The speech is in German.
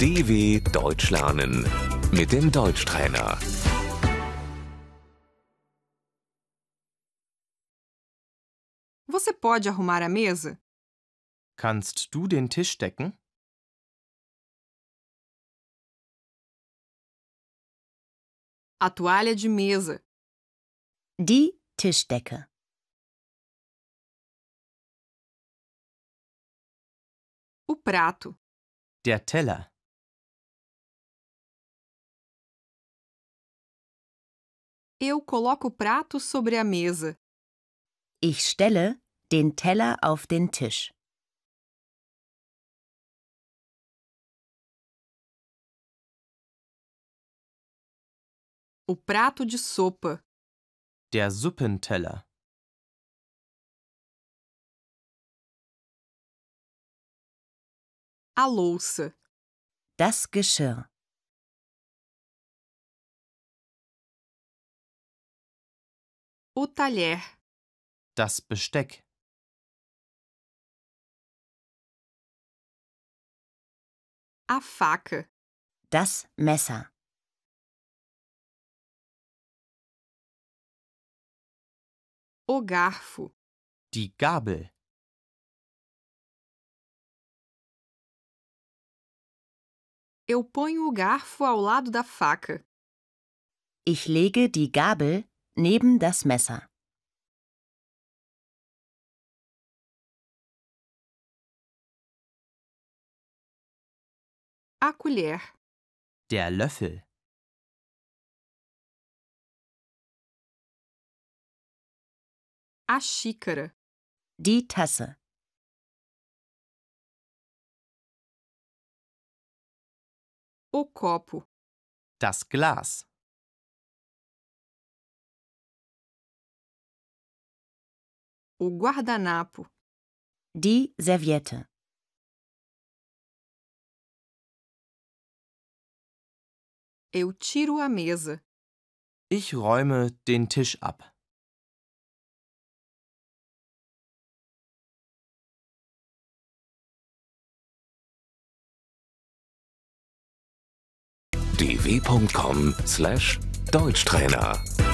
DW Deutsch lernen mit dem Deutschtrainer. Você pode arrumar a mesa? Kannst du den Tisch decken? A toalha de mesa, Die Tischdecke. o prato, Der Teller. eu coloco o prato sobre a mesa, Ich stelle den Teller auf den Tisch. o prato de sopa, Der Suppenteller. a louça, Das Geschirr. o talher, Das Besteck. a faca, Das Messer. o garfo, Die Gabel. eu ponho o garfo ao lado da faca, Ich lege die Gabel neben das Messer. a colher, Der Löffel. a xícara, Die Tasse. o copo, Das Glas. o guardanapo, Die Serviette. eu tiro a mesa, Ich räume den Tisch ab. dw.com/deutschtrainer